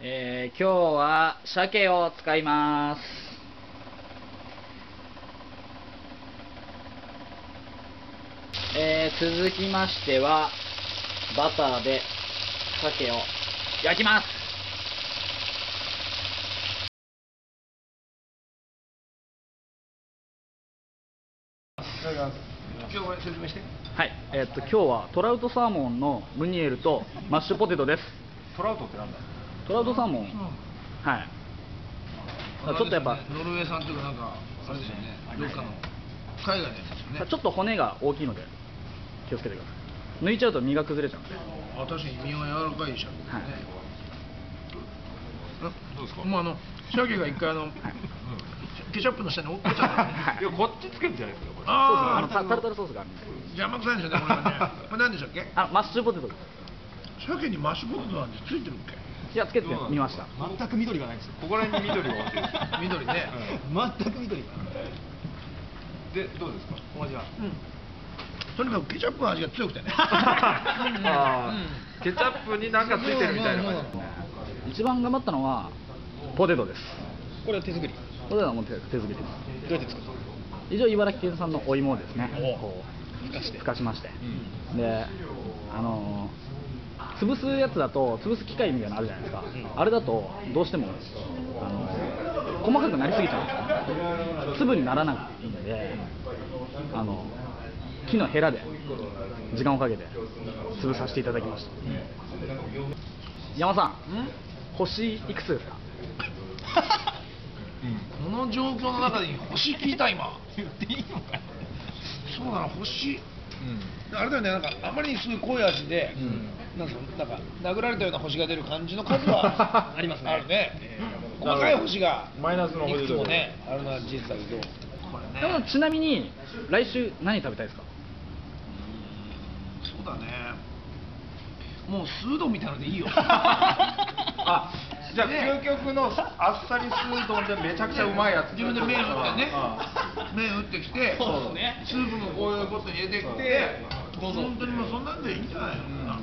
えー今日は鮭を使いますえー続きましてはバターで鮭を焼きます今日は説明してはい、えっと今日はトラウトサーモンのムニエルとマッシュポテトですトラウトってなんだトラウトサーモン、はいあちょっとやっぱノルウェー産というかなんかあれですよねどっかの海外のやつですよねちょっと骨が大きいので気をつけてください抜いちゃうと身が崩れちゃうんであ確かに身は柔らかいしゃけですね、えどうですかもうあの鮭が一回あのケチャップの下に落っこっちゃったいや、こっちつけるんじゃないですか、これ。ああのタタルタルソースがあるんで邪魔くさいんですよねこれはねこれ何でしたっけあマッシュポテトです鮭にマッシュポテトなんてついてるっけいやつけてみました全く緑がないんですよ。ここら辺に緑が置いてる。緑ね全く緑がない。で、どうですか。お 味は。とにかくケチャップの味が強くて ねあーケチャップになんかついてるみたいな感じ。一番頑張ったのはポテトですこれは手作り。ポテトはもう手手作りですどうやって作る一応茨城県産のお芋をですねこふかしてうふかしまして、であのー潰すやつだと潰す機械みたいなのあるじゃないですか、あれだとどうしてもあのー細かくなりすぎちゃうんですよ粒にならないんであの木のヘラで時間をかけて潰させていただきました、山さん星いくつですかこの状況の中で星聞いた今言っていいのかそうなの星あれだよねなんかあまりにすごい濃い味で、なんかなんか殴られたような星が出る感じの数はありますね あるね、細かい星がマイナスのいくつもねあるのは事実だけどでもちなみに来週何食べたいですかそうだねもう数度みたいなのでいい よあ、じゃあ、究極のあっさりスー丼でめちゃくちゃうまいやつ。自分で麺打ってねあ麺打ってきてそうですねスープもこういうことに入れてきて本当にもうそんなんでいいんじゃないのかな、